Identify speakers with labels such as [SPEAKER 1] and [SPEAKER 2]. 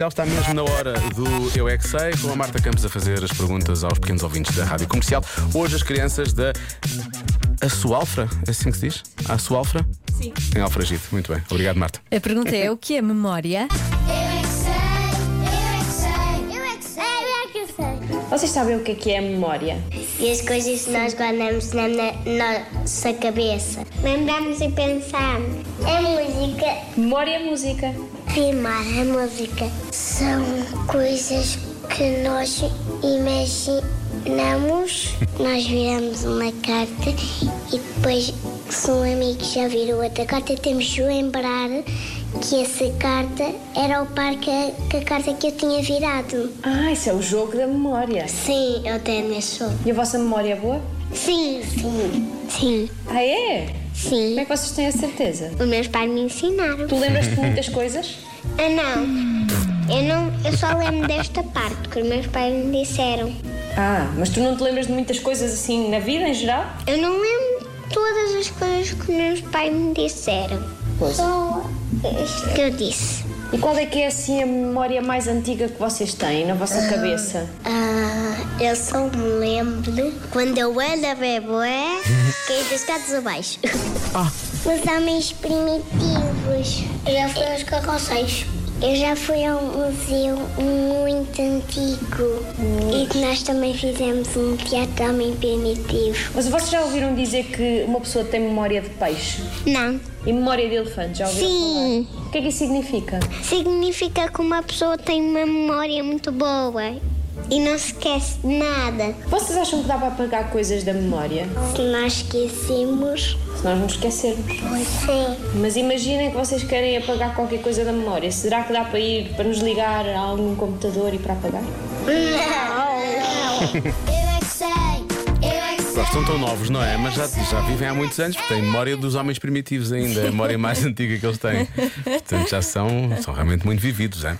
[SPEAKER 1] Já Então está mesmo na hora do Eu É Que Sei, com a Marta Campos a fazer as perguntas aos pequenos ouvintes da Rádio Comercial. Hoje as crianças da a Sualfra, é assim que se diz? A Sualfra?
[SPEAKER 2] Sim.
[SPEAKER 1] Em Alfragide. Muito bem. Obrigado, Marta.
[SPEAKER 2] A pergunta é: o que é memória?
[SPEAKER 3] Eu é que sei, eu é que sei, eu é que sei, eu é que sei.
[SPEAKER 4] Vocês sabem o que é que é a memória?
[SPEAKER 3] E as coisas que nós guardamos na, nossa cabeça. Lembramos e pensamos. A música.
[SPEAKER 4] Memória é música.
[SPEAKER 3] Rimar a música. São coisas que nós imaginamos. nós viramos uma carta e depois, se um amigo já virou outra carta, temos de lembrar que essa carta era o par que a- que a carta que eu tinha virado.
[SPEAKER 4] Ah, isso é o jogo da memória.
[SPEAKER 3] Sim, eu tenho nesse jogo.
[SPEAKER 4] E a vossa memória é boa?
[SPEAKER 3] Sim, sim, sim,
[SPEAKER 4] Ah, é? Como
[SPEAKER 3] sim.
[SPEAKER 4] é que vocês têm a certeza?
[SPEAKER 3] Os meus pais me ensinaram.
[SPEAKER 4] Tu lembras-te de muitas coisas?
[SPEAKER 3] Ah, não. Eu, não, eu só lembro desta parte que os meus pais me disseram.
[SPEAKER 4] Ah, mas tu não te lembras de muitas coisas assim na vida em geral?
[SPEAKER 3] Eu não lembro todas as coisas que os meus pais me disseram.
[SPEAKER 4] Pois.
[SPEAKER 3] Só as que eu disse.
[SPEAKER 4] E qual é que é assim a memória mais antiga que vocês têm na vossa cabeça?
[SPEAKER 3] Ah, eu só me lembro quando eu era bebê, é caí das casas abaixo. Os homens primitivos. Eu já fui aos carroceiros. Eu já fui a um museu muito antigo e que nós também fizemos um teatro homem primitivo.
[SPEAKER 4] Mas vocês já ouviram dizer que uma pessoa tem memória de peixe
[SPEAKER 3] Não.
[SPEAKER 4] e memória de elefante? Já ouviram?
[SPEAKER 3] Sim.
[SPEAKER 4] O que é que isso significa?
[SPEAKER 3] Significa que uma pessoa tem uma memória muito boa e não se esquece de nada.
[SPEAKER 4] Vocês acham que dá para apagar coisas da memória?
[SPEAKER 3] Se nós esquecemos.
[SPEAKER 4] Se nós nos esquecermos.
[SPEAKER 3] Sim.
[SPEAKER 4] Mas imaginem que vocês querem apagar qualquer coisa da memória. Será que dá para ir para nos ligar a algum computador e para apagar?
[SPEAKER 3] Não. Eu é que sei. Eu é que sei.
[SPEAKER 1] São tão novos, não é? Mas já, já vivem há muitos anos, porque têm memória dos homens primitivos ainda, a memória mais antiga que eles têm. Portanto, já são, são realmente muito vividos, é?